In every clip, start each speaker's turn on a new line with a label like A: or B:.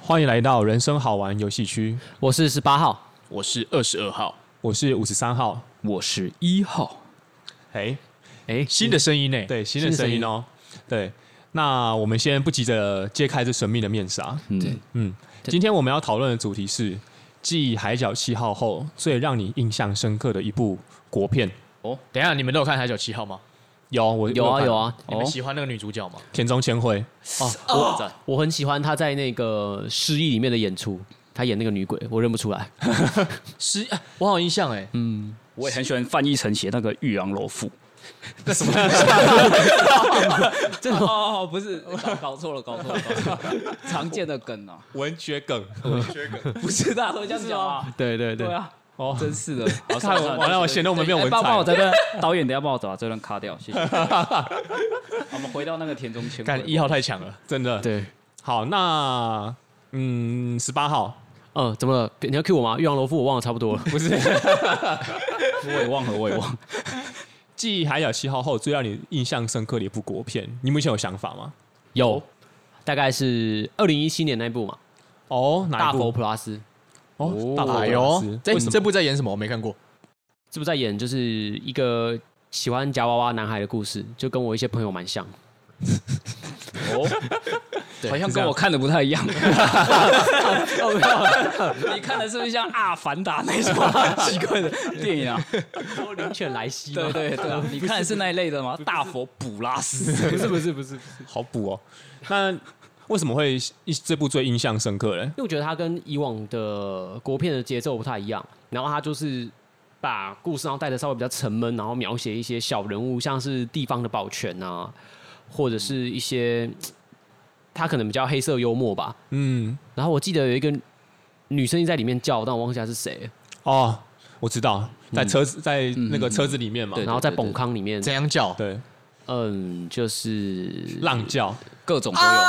A: 欢迎来到人生好玩游戏区，
B: 我是十八号，
C: 我是二十二号，
A: 我是五十三号。
C: 我是一号，
A: 哎，
B: 哎，
C: 新的声音呢、欸
A: 对，新的声音哦。对，那我们先不急着揭开这神秘的面纱。
C: 对，
A: 嗯，今天我们要讨论的主题是继《海角七号》后最让你印象深刻的一部国片。
C: 哦，等一下，你们都有看《海角七号》吗？
A: 有我
B: 有啊有，
A: 我看
B: 啊，
C: 你
B: 哦
C: 们，喜欢那个女主角吗？
A: 田中千惠。
C: 哦，赞
B: 我很喜欢他在那个失忆里面的演出，他演那个女鬼，我认不出来。
C: 失，啊我好有印象哎，
D: 我也很喜欢范逸臣写那个《玉郎楼赋》，
C: 那什么？
B: 这
E: 哦哦，哦不是，搞搞错了，搞错了，搞错了，常见的梗啊，
A: 文学梗
E: 不是大家都这样讲啊，
B: 对对
E: 对
B: 对，
E: 啊，
A: 哦，
E: 真是的，
A: 看我完了，我显得我们没有文
D: 哎
E: 帮帮我
A: 采。
E: 这个
D: 导演等一下帮我把这段卡掉，谢谢。我们回到那个田中千
C: 干
D: 惠，
C: 一号太强了，
A: 真的
B: 对，
A: 好，那嗯，十八号
B: 嗯，怎么了？你要 Q 我吗？玉郎楼赋我忘了差不多 了。
A: 不是
D: 我也忘了，我也忘了。
A: 继《海角七号》后最让你印象深刻的一部国片，你目前有想法吗？
B: 有，大概是二零一七年那一部嘛，
A: 哦，
B: 《
A: 哪
B: 大
A: 一
B: 佛
A: 部？
B: 普拉斯》
A: 哦，大佛老
C: 哎呦
A: 师，
C: 这
A: 为什么
C: 这部在演什么？我没看过。
B: 这部在演就是一个喜欢夹娃娃男孩的故事，就跟我一些朋友蛮 像。
D: 好像
A: 是这
D: 跟
A: 样
D: 我看的不太一 样。你看的是不是像《阿凡达》那种奇怪的电影啊？
B: 说灵哦犬莱 西
D: 对对对啊，你看的是那一类的吗？大佛普拉斯，
B: 不是不是不是，因
A: 好补哦？那为什么会一这部最印象深刻嘞？
B: 为我觉得它跟以往的国片的节奏不太一样，然后它就是把故事然后带的稍微比较沉闷，然后描写一些小人物，像是地方的保全啊，或者是一些他可能比较黑色幽默吧。
A: 嗯，
B: 然后我记得有一个女生在里面叫，但我忘记她是谁了，
A: 哦，我知道，在车子在那个车子里面嘛，
D: 对
B: 然后在崩康里面，
C: 怎样叫？
A: 对，
B: 嗯，就是
A: 浪叫，
D: 各种都有，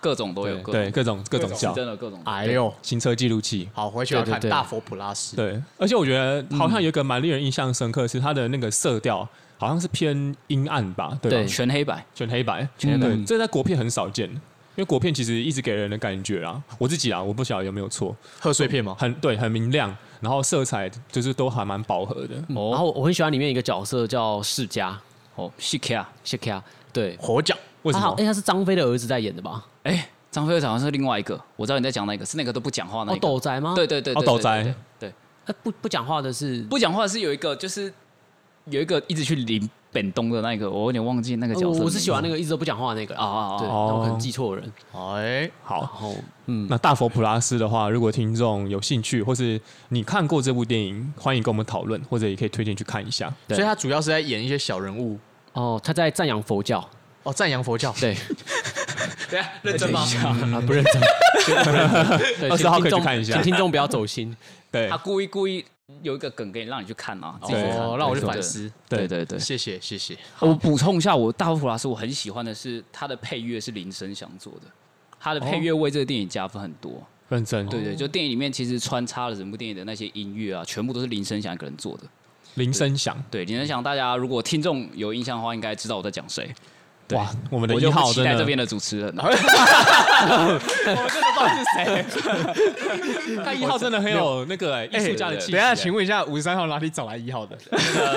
D: 各种都有，各
A: 对，各
D: 种
A: 种各种叫，
D: 真的各种。
C: 哎呦，
A: 行车记录器。
C: 好，回去要看
B: 对对对
C: 《大佛普拉斯》。
A: 对，而且我觉得好像有一个蛮令人印象深刻，是它的那个色调好像是偏阴暗吧，对吧？
B: 对
D: 全黑白，
A: 全黑白，
D: 全黑白
A: 对，这在国片很少见，因为国片其实一直给人的感觉啊，我自己啊，我不晓得有没有错，
C: 贺岁片吗？
A: 很对，很明亮，然后色彩就是都还蛮饱和的。
B: 然后我很喜欢里面一个角色叫世家
D: 哦，细卡。
B: 谢 a 对，
C: 火脚
A: 为什
B: 他好
A: 么？
B: 哎，他是张飞的儿子在演的吧？
D: 哎，张飞好像是另外一个，我知道你在讲那个，是那个都不讲话那
B: 哦，
D: 个。
B: 斗宅吗？
D: 对，对对，
A: 哦
D: 对
A: 斗
D: 对
A: 宅
D: 对对，对
B: 哎，不不讲话的是，
D: 不讲话是有一个，就是有一个一直去领本东的那个，我有点忘记那个角色
B: 我
D: 名字。
B: 哦我是喜欢那个一直都不讲话的那个
D: 啊
B: 啊。
D: 啊
B: 对，
D: 啊！
B: 那我可能记错人。
C: 哎，
A: 好，
B: 然后，嗯，
A: 那大佛普拉斯的话，如果听众有兴趣，或是你看过这部电影，欢迎跟我们讨论，或者也可以推荐去看一下。
B: 对
C: 所以他主要是在演一些小人物
B: 哦，他在赞扬佛教，
C: 哦，赞扬佛教。
B: 对，
D: 对啊，认真吗？
B: 啊，不认 真，对
A: 20号可以去
B: 请听众
A: 看一下
B: 请听众不要走 心。
A: 对
D: 他故意故意有一个梗给你，让你去看啊，自己去看
C: 哦，让我去
D: 对
C: 反思。
D: 对对对，对
C: 谢谢谢谢。
D: 我补充一下，我大佛普拉斯我很喜欢的是他的配乐是林声祥做的，他的配乐为这个电影加分很多。
A: 认真，
D: 对对，就电影里面其实穿插了整部电影的那些音乐啊，全部都是林声祥一个人做的。
A: 铃声响，
D: 对，林声祥，大家如果听众有印象的话，应该知道我在讲谁。对
A: 哇，我们的
D: 我
A: 一
D: 就不
A: 号
D: 期
A: 真
D: 待这
A: 的
D: 边的主持人了。
A: 他一号真的很有那个哎艺术家的气息。
C: 等一下，
A: 哎
C: 请问一下，五十三号哪里找来一号的？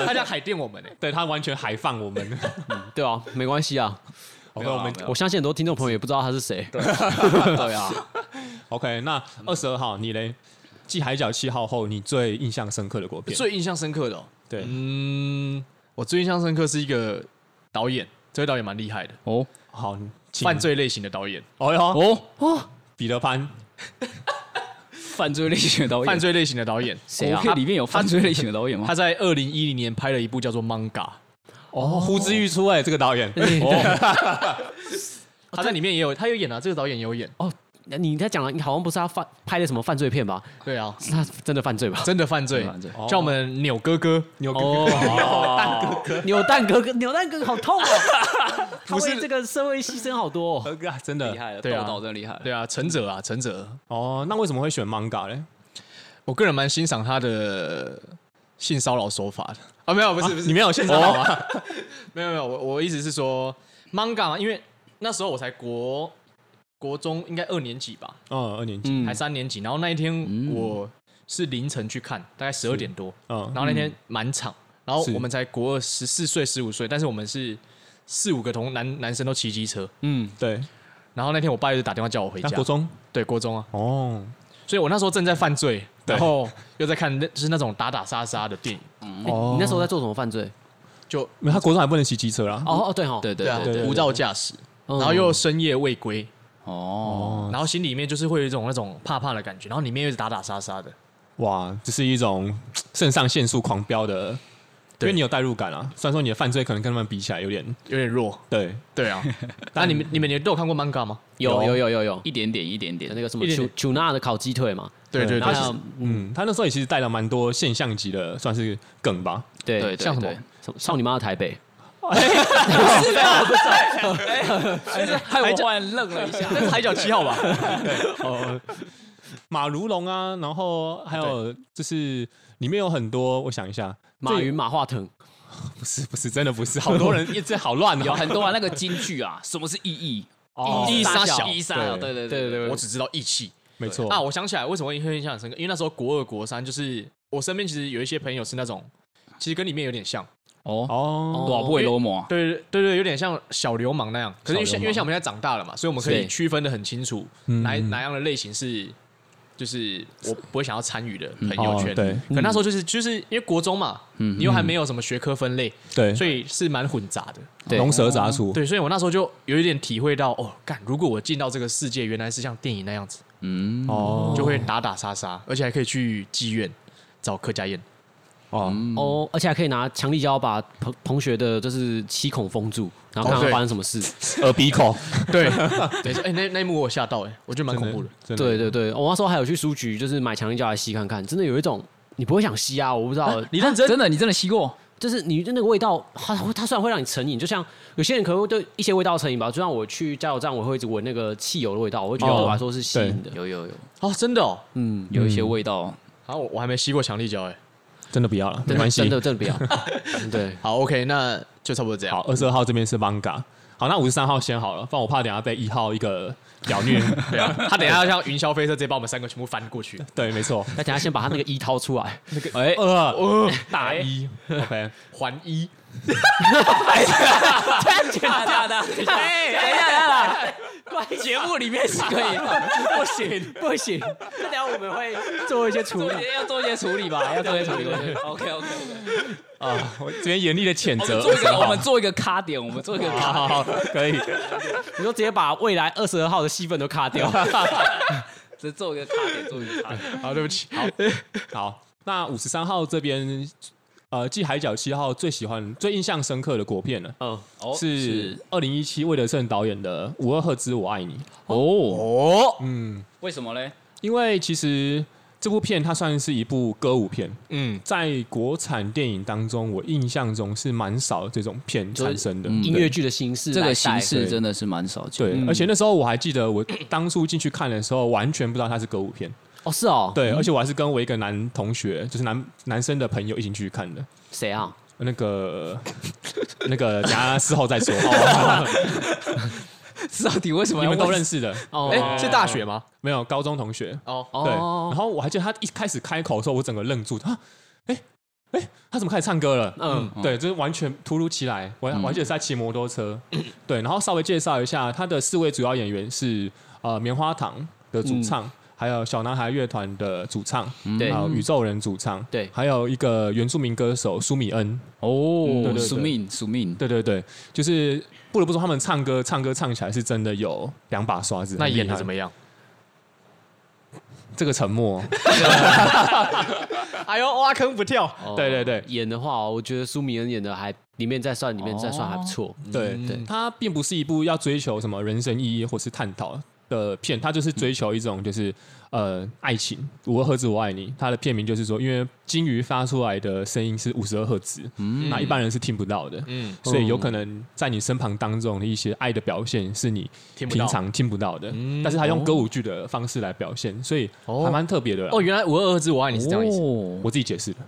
C: 他想海淀我们呢。
A: 对他完全海放我们，
B: 对啊，没关系啊，
A: 我跟我们
B: 我相信很多听众朋友也不知道他是谁。
D: 对啊，
A: OK。那二十二号你嘞？继《海角七号》后，你最印象深刻的国片？
C: 最印象深刻的哦，
A: 对，
C: 嗯，我最印象深刻是一个导演，这位导演蛮厉害的，
D: 哦
A: 好，请
C: 犯。罪类型的导演，
A: 哦哟，
D: 哦，
A: 彼得潘，
D: 犯罪类型的导演，
C: 犯罪类型的导演，
B: 谁啊
D: 国？片里面有犯罪类型的导演吗？
C: 他在二零一零年拍了一部叫做《Manga
A: 哦，呼之欲出哎，这个导演。》，哦
C: 他在里面也有，他有演啊，这个导演也有演，
B: 哦，你在讲了，你好像不是他犯拍的什么犯罪片吧？
C: 对啊，
B: 是他真的犯罪吧？
C: 真的犯罪
D: 真的犯罪，哦
C: 叫我们扭哥哥，
A: 牛哥哥，
B: 哦，蛋哥哥， 扭蛋哥哥，扭蛋哥哥好 痛哦！他
A: 不是
B: 为这个社会牺牲好多、哦。
A: 哥哥真的
D: 厉害了，豆
C: 对啊
D: 导真的厉害了。
C: 对啊，陈哲啊，陈哲，
A: 哦，那为什么会选 manga 嘞？
C: 我个人蛮欣赏他的性骚扰手法的啊，没有，不是不是，
A: 你没有现场好吗？
C: 没有没有，我我意思是说，manga，因为那时候我才国国中应该二年级吧，
A: 嗯，二年级，
D: 嗯
C: 还三年级。然后那一天
D: 嗯
C: 我是凌晨去看，大概十二点多。
A: 嗯
C: 然，后那天满场，然后
A: 是
C: 我们才国二十四岁、十五岁，但是我们是四五个同男男生都骑机车。
D: 嗯，
A: 对，
C: 然后那天我爸一直打电话叫我回
A: 那
C: 家。
A: 国中
C: 对国中啊，
A: 哦，
C: 所以我那时候正在犯罪，
A: 对
C: 然后又在看那就是那种打打杀杀的电影，
A: 哦
B: 你那时候在做什么犯罪？
C: 就
A: 没有他国中还不能骑机车啦，
B: 哦哦，嗯对哈，
D: 对对
C: 对啊
D: 对对，
C: 无照驾驶，
B: 嗯
C: 然后又深夜未归，
D: 哦，
C: 然后心里面就是会有一种那种怕怕的感觉，然后里面又是打打杀杀的，
A: 哇，这是一种肾上腺素狂飙的，因
C: 对
A: 为你有代入感啊。虽然说你的犯罪可能跟他们比起来有点
C: 有点弱。
A: 对，
C: 对啊， 那你们你们都有看过 manga 吗？
B: 有有有有有
D: 一点点一点点
B: 那，个什么
C: 一点
B: 楚
C: 点
B: 楚娜的烤鸡腿嘛，
C: 对
A: 对
C: 对
B: 然后
C: 对，
B: 还有
A: 嗯，他那时候也其实带了蛮多现象级的，算是梗吧。
B: 对
D: 对对
C: 像什
D: 对
C: 么，
B: 什么少你妈的台北，
D: 哎害我忽然愣了一下，
C: 那是海角七号吧？
A: 哦马如龙啊，然后还有就是里面有很多，我想一下，
B: 马云马化腾，
A: 不是不是真的不是，好 多人一直好乱
D: 有
A: 哦。
D: 很多啊，那个京剧啊，什么是意义？
C: 意义
D: 杀
C: 杀小
D: 意义杀小，对对对对
C: 我只知道义气
A: 没错
C: 啊！我想起来为什么会印象很深刻，因为那时候国二国三，就是我身边其实有一些朋友是那种，其实跟里面有点像，
D: 哦，
A: 哦，
D: 大尾罗摩，
C: 对对对对，有点像小流氓那样。可是因为
A: 小流氓
C: 像因为像我们现在长大了嘛，所以我们可以
D: 对
C: 区分的很清楚
A: 嗯
C: 哪一哪样的类型是就是我不会想要参与的朋友圈。
A: 哦对嗯
C: 可那时候就是就是因为国中嘛，你又还没有什么学科分类，
A: 对，
C: 所以是蛮混杂的。
D: 对
A: 龙蛇杂处，
C: 对，所以我那时候就有一点体会到，哦，干，如果我进到这个世界，原来是像电影那样子，
D: 嗯，
A: 哦
C: 就会打打杀杀，而且还可以去妓院找客家宴。
A: 哦，
B: 哦，而且还可以拿强力胶把同同学的就是七孔封住，然后看
C: 哦
B: 他
C: 对
B: 发生什么事。
A: 耳鼻口，
C: 对， 对，哎、那那一幕我有吓到、哎，我觉得蛮恐怖的。
A: 真的，
B: 对
A: 真的
B: 对对，哦我那时候还有去书局，就是买强力胶来吸看看，真的有一种你不会想吸啊，我不知
C: 哦
B: 道，
D: 你认真真的你真的吸过？
B: 就是你那个味道，它它虽然会让你成瘾，就像有些人可能会对一些味道成瘾吧，就像我去加油站，我会一直闻那个汽油的味道，我会觉得
A: 哦
B: 对我来说是吸引的。
D: 有有有，
C: 哦，真的哦，
B: 嗯，
D: 有一些味道，
C: 好，我我还没吸过强力胶，哎。
A: 真的不要了，没
B: 真的
A: 关系
B: 真。的真的不要。嗯对，
C: 好，OK，那就差不多这样。
A: 好，二十二号这边是 Manga。好，那五十三号先好了，不然我怕等一下被一号一个屌虐。
C: 对啊，他等一下像云霄飞车直接把我们三个全部翻过 去。
A: 对，没错，
B: 那等一下先把他那个一掏出来，
D: 哎，
A: 呃，大一，OK，
C: 环一，
D: 假的，哎，等一下，等一下，节目里面是可以，不行，
B: 不行，那等一下我们会做一些处
D: 做
B: 理
D: 一。些要做一些处理 吧，要做一些处理。OK OK，
A: 啊，我这边严厉的谴责
D: 做一个，
A: 25
D: 我们做一个卡点，我们做一个卡，
A: 好好好，可以，
B: 你就直接把未来二十二号的戏份都卡掉。
D: 只做一个卡点，做一个卡点。
C: 好，对不起，好，
A: 好。那五十三号这边，呃，继海角七号最喜欢、最印象深刻的国片了，
B: 嗯，
D: 哦
A: 是二零一七魏德圣导演的《五二赫兹我爱你》。
D: 哦，
C: 嗯
D: 为什么嘞？
A: 因为其实这部片它算是一部歌舞片，
C: 嗯，
A: 在国产电影当中，我印象中是蛮少这种片产生的。
D: 嗯
B: 音乐剧的形式来
D: 这
B: 带，
D: 个形式
A: 对
D: 真的是蛮少见的。
A: 对，而且那时候我还记得，我当初进去看的时候，完全不知道它是歌舞片。
B: 哦，是哦，
A: 对，
D: 嗯
A: 而且我还是跟我一个男同学，就是男男生的朋友一起去看的。
B: 谁啊？
A: 那个 那个，等下事后再 说。哦
D: 到底为什么
A: 你
D: 要
A: 们都
D: 问
A: 认识的，
B: 哦，
C: 哎，是大学吗？
A: 没有高中同学。
C: 哦，
A: 对，
B: 哦
A: 然，后我还记得他一开始开口的时候，我整个愣住，啊，哎哎，他怎么开始唱歌了？
B: 嗯，
A: 对，就是完全突如其来。我还我还记得是在骑摩托车，
B: 嗯
A: 对，然后稍微介绍一下，他的四位主要演员是呃棉花糖的主唱，还有小男孩乐团的主唱，
B: 嗯对
A: 还有宇宙人主唱，
B: 对
A: 还有一个原住民歌手苏米恩，
D: 哦，
A: 对对对
D: 宿命宿命，
A: 对对对，就是不得不说他们唱歌唱歌唱起来是真的有两把刷子。
C: 那
A: 很厉
C: 演的
A: 害
C: 怎么样？
A: 这个沉默，
C: 哎呦，挖坑不跳。
B: 哦
A: 对对
C: 嗯
A: 对
B: 演的话哦，我觉得苏明恩演的还里面再算里面再算还不错。
A: 对
B: 对
A: 它并不是一部要追求什么人生意义或是探讨的片，它就是追求一种就是呃爱情。五二赫兹我爱你，它的片名就是说，因为鲸鱼发出来的声音是五十二赫兹，那一般人是听不到的，
C: 嗯，
A: 所以有可能在你身旁当中的一些爱的表现是你
C: 听不到
A: 平
C: 嗯哦
A: 常听不到的，但是他用歌舞剧的方式来表现，所以还蛮特别的啦。
C: 哦，原来五二二之我爱你是这样意思。
D: 哦，
A: 我自己解释的，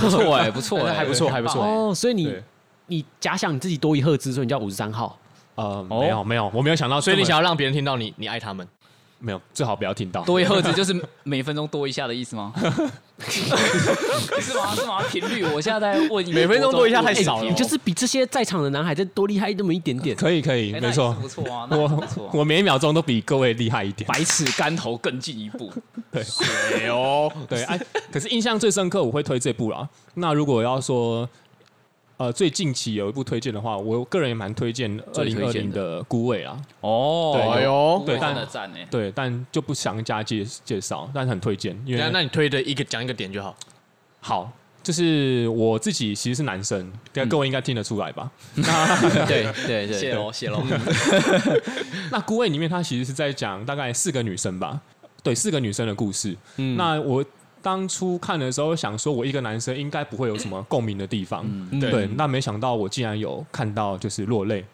D: 不错哎，不错哎，
C: 还不错还不错
D: 哎
B: 哦，所以你
A: 对
B: 你假想你自己多一赫兹，所以你叫五十三号。
A: 呃，
D: 哦
A: 没有没有，我没有想到这
C: 所
A: 么，
C: 以你想要让别人听到你你爱他们，
A: 没有，最好不要听到。
D: 多一赫兹就是每分钟多一下的意思 吗？是吗？是吗？频率？我现在在问一个
C: 每分钟
D: 国中
C: 多一下太
D: 问题
C: 少了
B: 你就是比这些在场的男孩再多厉害那么一点点。
A: 可以可以，
D: 哎那
A: 没
D: 也
A: 错
D: 是，不错啊，那也是不错
A: 我。我每一秒钟都比各位厉害一点。
D: 百尺竿头更进一 步，
C: 哎呦，
A: 对，哎、可是印象最深刻，我会推这部啦。那如果要说，呃，最近期有一部推荐的话，我个人也蛮推荐二
D: 最
A: 零
D: 推
A: 二
D: 荐
A: 零
D: 的
A: 的《孤味》啦。
D: 哦
A: 对
C: 哎呦，
A: 对
D: 对，
A: 但
D: 的赞哎，
A: 对，但就不详加介介绍，但很推荐，因
C: 那
A: 为
C: 那你推的一个讲一个点就好。
A: 好。就是我自己其实是男生，
C: 嗯
A: 但各位应该听得出来吧？
B: 对对对
D: 谢哦喽谢喽，
A: 那《孤味》里面，它其实是在讲大概四个女生吧，对，四个女生的故事。
B: 嗯
A: 那我当初看的时候想说，我一个男生应该不会有什么共鸣的地方，
D: 嗯
C: 对
A: 对。那没想到我竟然有看到就是落泪，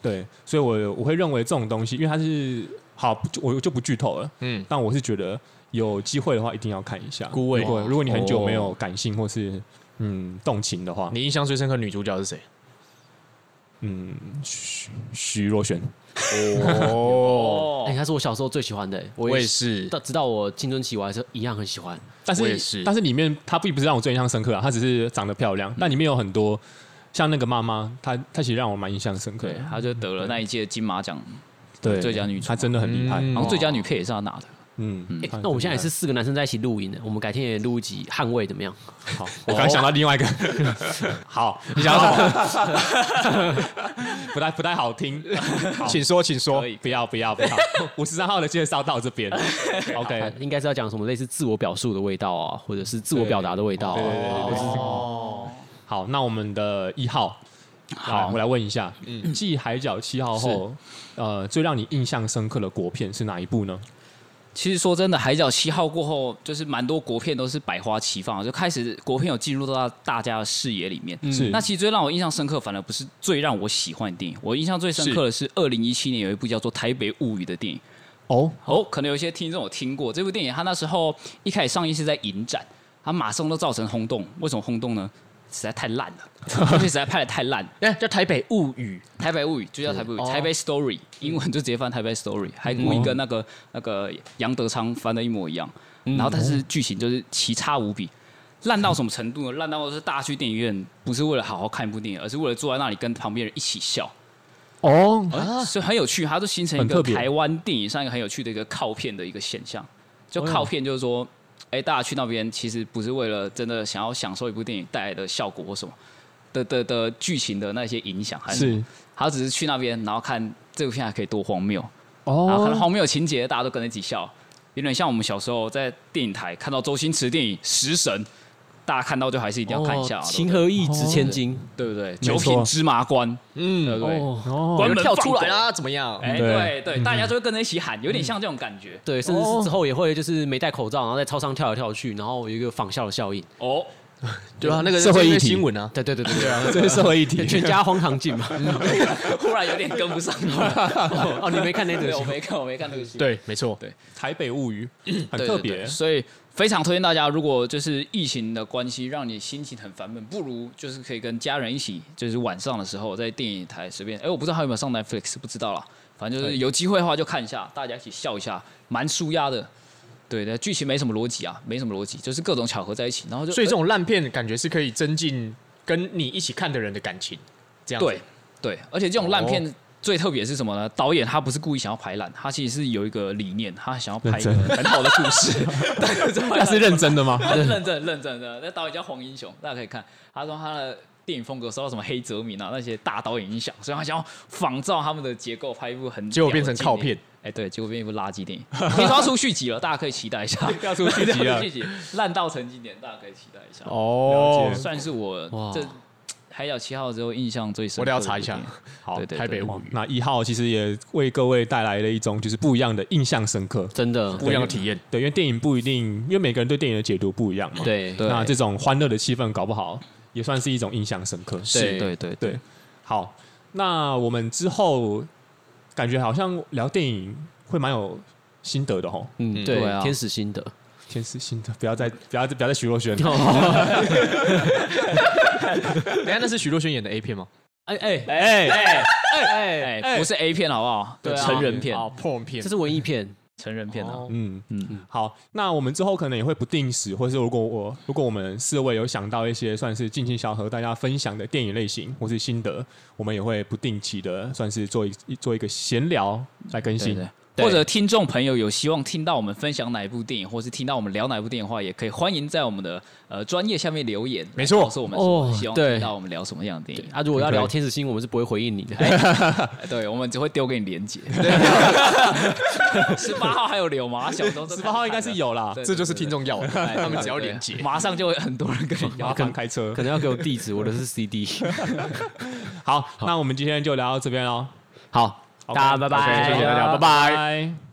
A: 对，所以我我会认为这种东西，因为它是好，不我就不剧透了。
C: 嗯，
A: 但我是觉得有机会的话，一定要看一下。
C: 孤味哦
A: 如果如果你很久没有感性或是嗯动情的话，
C: 你印象最深刻女主角是谁？
A: 嗯，徐徐若瑄，
C: 哦，
B: 哎，他是我小时候最喜欢的，
C: 我也
B: 是。
C: 是，
B: 到直到我青春期，我还是一样很喜欢。
A: 但
C: 我也
A: 是
C: 是
A: 但是里面她并不是让我最印象深刻啊，她只是长得漂亮，但里面有很多像那个妈妈，她她其实让我蛮印象深刻
D: 对
A: 的，，
D: 她就得了那一届金马奖，
B: 嗯
A: 对
D: 最佳女主
A: 她真的很厉害，
C: 嗯
D: 然后最佳女配也是她拿的。
A: 嗯，
B: 哎
A: 她很
B: 那我们现在也
A: 厉害
B: 是四个男生在一起录影的，我们改天也录一集捍卫怎么样？
A: 好，我刚想到另外一个，好，你想要什么？ 不太不太好听，
C: 请说，请说
A: 不要不要不要，五十三号的介绍到这边
B: 哎
A: ，OK，
B: 应该是要讲什么类似自我表述的味道啊，或者是自我表达的味道
A: 对对对
B: 啊。
A: 对对好，那我们的一号，好，
D: 好
A: 我来问一下，继《海角七号》后，呃，最让你印象深刻的国片是哪一部呢？
D: 其实说真的，《海角七号》过后，就是蛮多国片都是百花齐放，就开始国片有进入到大家的视野里面。
A: 是
D: 那其实最让我印象深刻，反而不是最让我喜欢的电影。我印象最深刻的是二零一七年有一部叫做《台北物语》的电影。
A: 哦，
D: 哦，可能有一些听众有听过这部电影，它那时候一开始上映是在影展，它马上都造成轰动。为什么轰动呢？实在太烂了， 而且实在拍的太烂。
C: 哎，叫《台北物语
D: 《台北物语》就叫《台北物语》，台北 Story，英文就直接翻《台北 Story》，还故意跟那个那个杨德昌翻的一模一样。然后但是剧情就是奇差无比，烂到什么程度呢？烂到是大家去电影院不是为了好好看一部电影，而是为了坐在那里跟旁边人一起笑，
A: 哦，
D: 所以很有趣。它就形成一
A: 很
D: 个
A: 特别
D: 台湾电影上一个很有趣的一个靠片的一个现象。就靠片就是说，哎，大家去那边其实不是为了真的想要享受一部电影带来的效果或什么的的的剧情的那些影响，还
A: 是
D: 他只是去那边，然后看这部片还可以多荒谬，然后看到
A: 哦，
D: 荒谬的情节，大家都跟着一起笑，有点像我们小时候在电影台看到周星驰的电影《食神》，大家看到就还是一定要看一下，
B: 哦
D: 对
B: 情何以值千金？
D: 对不对？
A: 错
D: 九品芝麻官，》。对
C: 嗯，
D: 不对？
A: 哦，
D: 关门
C: 跳
D: 放
C: 出
D: 狗
C: 来，啦，怎么样？
D: 哎，
A: 对
D: 对对，大家就会跟着一起喊，有点像这种感觉
B: 对，甚至是之后也会就是没戴口罩，然后在操场跳来跳去，然后有一个仿效的效应。
D: 哦。
C: 对啊，那个
A: 社会
C: 这是
A: 议
C: 个
A: 题
C: 新闻啊，
B: 对对对对对啊，
A: 这是社会议题，
B: 全家荒唐镜嘛。
D: 忽然有点跟不上了，
B: 哦，你没看那
D: 对，我
B: 个？
D: 没看，我没看这个戏。
C: 对，没错，
A: 《台北物语》很
D: 对
A: 特
D: 对对
A: 别，
D: 所以非常推荐大家，如果就是疫情的关系让你心情很烦闷，不如就是可以跟家人一起，就是晚上的时候在电影台随便，哎，我不知道还有没有上 Netflix，不知道啦，反正就是有机会的话就看一下，大家一起笑一下，蛮舒压的。对的，剧情没什么逻辑啊，没什么逻辑，就是各种巧合在一起，然后就
C: 所以这种烂片感觉是可以增进跟你一起看的人的感情，这样子
D: 对哎对，而且这种烂片哦最特别是什么呢？导演他不是故意想要排烂，他其实是有一个理念，他想要拍一个
A: 认
D: 很好的故 事。对这
A: 那是认真的吗？
D: 认真认真的，那导演叫黄英雄，大家可以看，他说他的电影风格受到什么黑泽明啊那些大导演影响，所以他想要仿照他们的结构拍一部很
C: 结果变成靠片
D: 屌的经典。哎，对，结果变一部垃圾 电影。听说要出续集了，大家可以期待一 下。
A: 要出续集了
D: 续集烂到成经典，大家可以期待一下。
A: 哦了解
D: 算是我
B: 哇
D: 这《海角七号》之后印象最深
C: 我
D: 刻
C: 得
D: 的
C: 要
D: 一部
C: 查
D: 电
C: 一
D: 影。
C: 下
A: 好
D: 对对对
C: 台北物
A: 哇
C: 语
A: 那一号其实也为各位带来了一种就是不一样的印象深刻，
B: 真的，
C: 不一样的体验。
A: 对，因为电影不一定，因为每个人对电影的解读不一样嘛。，
B: 对
D: 对
A: 那这种欢乐的气氛，搞不好也算是一种印象深刻。
D: 对对对
A: 对，好，那我们之后感觉好像聊电影会蛮有心得的哦。
B: 嗯，
D: 对
B: 对，
D: 啊
B: 天使心得。
A: 天使心得，不要再不要再不 要再徐若瑄了。
C: 等一下那是徐若瑄演的 A 片吗？
B: 哎哎
D: 哎哎
B: 哎哎，
D: 哎，不是 A 片好不好？
B: 对啊
D: 成人片，
C: 好破片
B: 这，是文艺片，
D: 成人片啊。
A: 嗯
D: 嗯
A: 嗯，好，那我们之后可能也会不定时，或是如果我如果我们四位有想到一些算是近期想和大家分享的电影类型或是心得，我们也会不定期的算是做一做一个闲聊来更
D: 对
A: 新。
D: 对。
B: 对
D: 或者听众朋友有希望听到我们分享哪一部电影，或是听到我们聊哪一部电影的话，也可以欢迎在我们的呃专业下面留言，
A: 没错
D: 告诉我们说
B: 哦
D: 希望
B: 对
D: 听到我们聊什么样的电影。
B: 啊，如果要聊
A: OK
B: 天使星，我们是不会回应你的。
D: 哎对，我们只会丢给你连 接。十八号还有留吗？小时候
A: 十八号应该是有啦，
D: 对
C: 这就是听众要的，他们只要连接。
D: 马上就会很多人跟你
A: 麻
D: 要。
A: 烦开车
B: 可。能要给我地址，我的是 CD。
A: 好，那我们今天就聊到这边喽。
B: 好，
A: 好
B: 大家拜
A: ，OK，
B: 拜，
A: 谢谢大家，拜拜。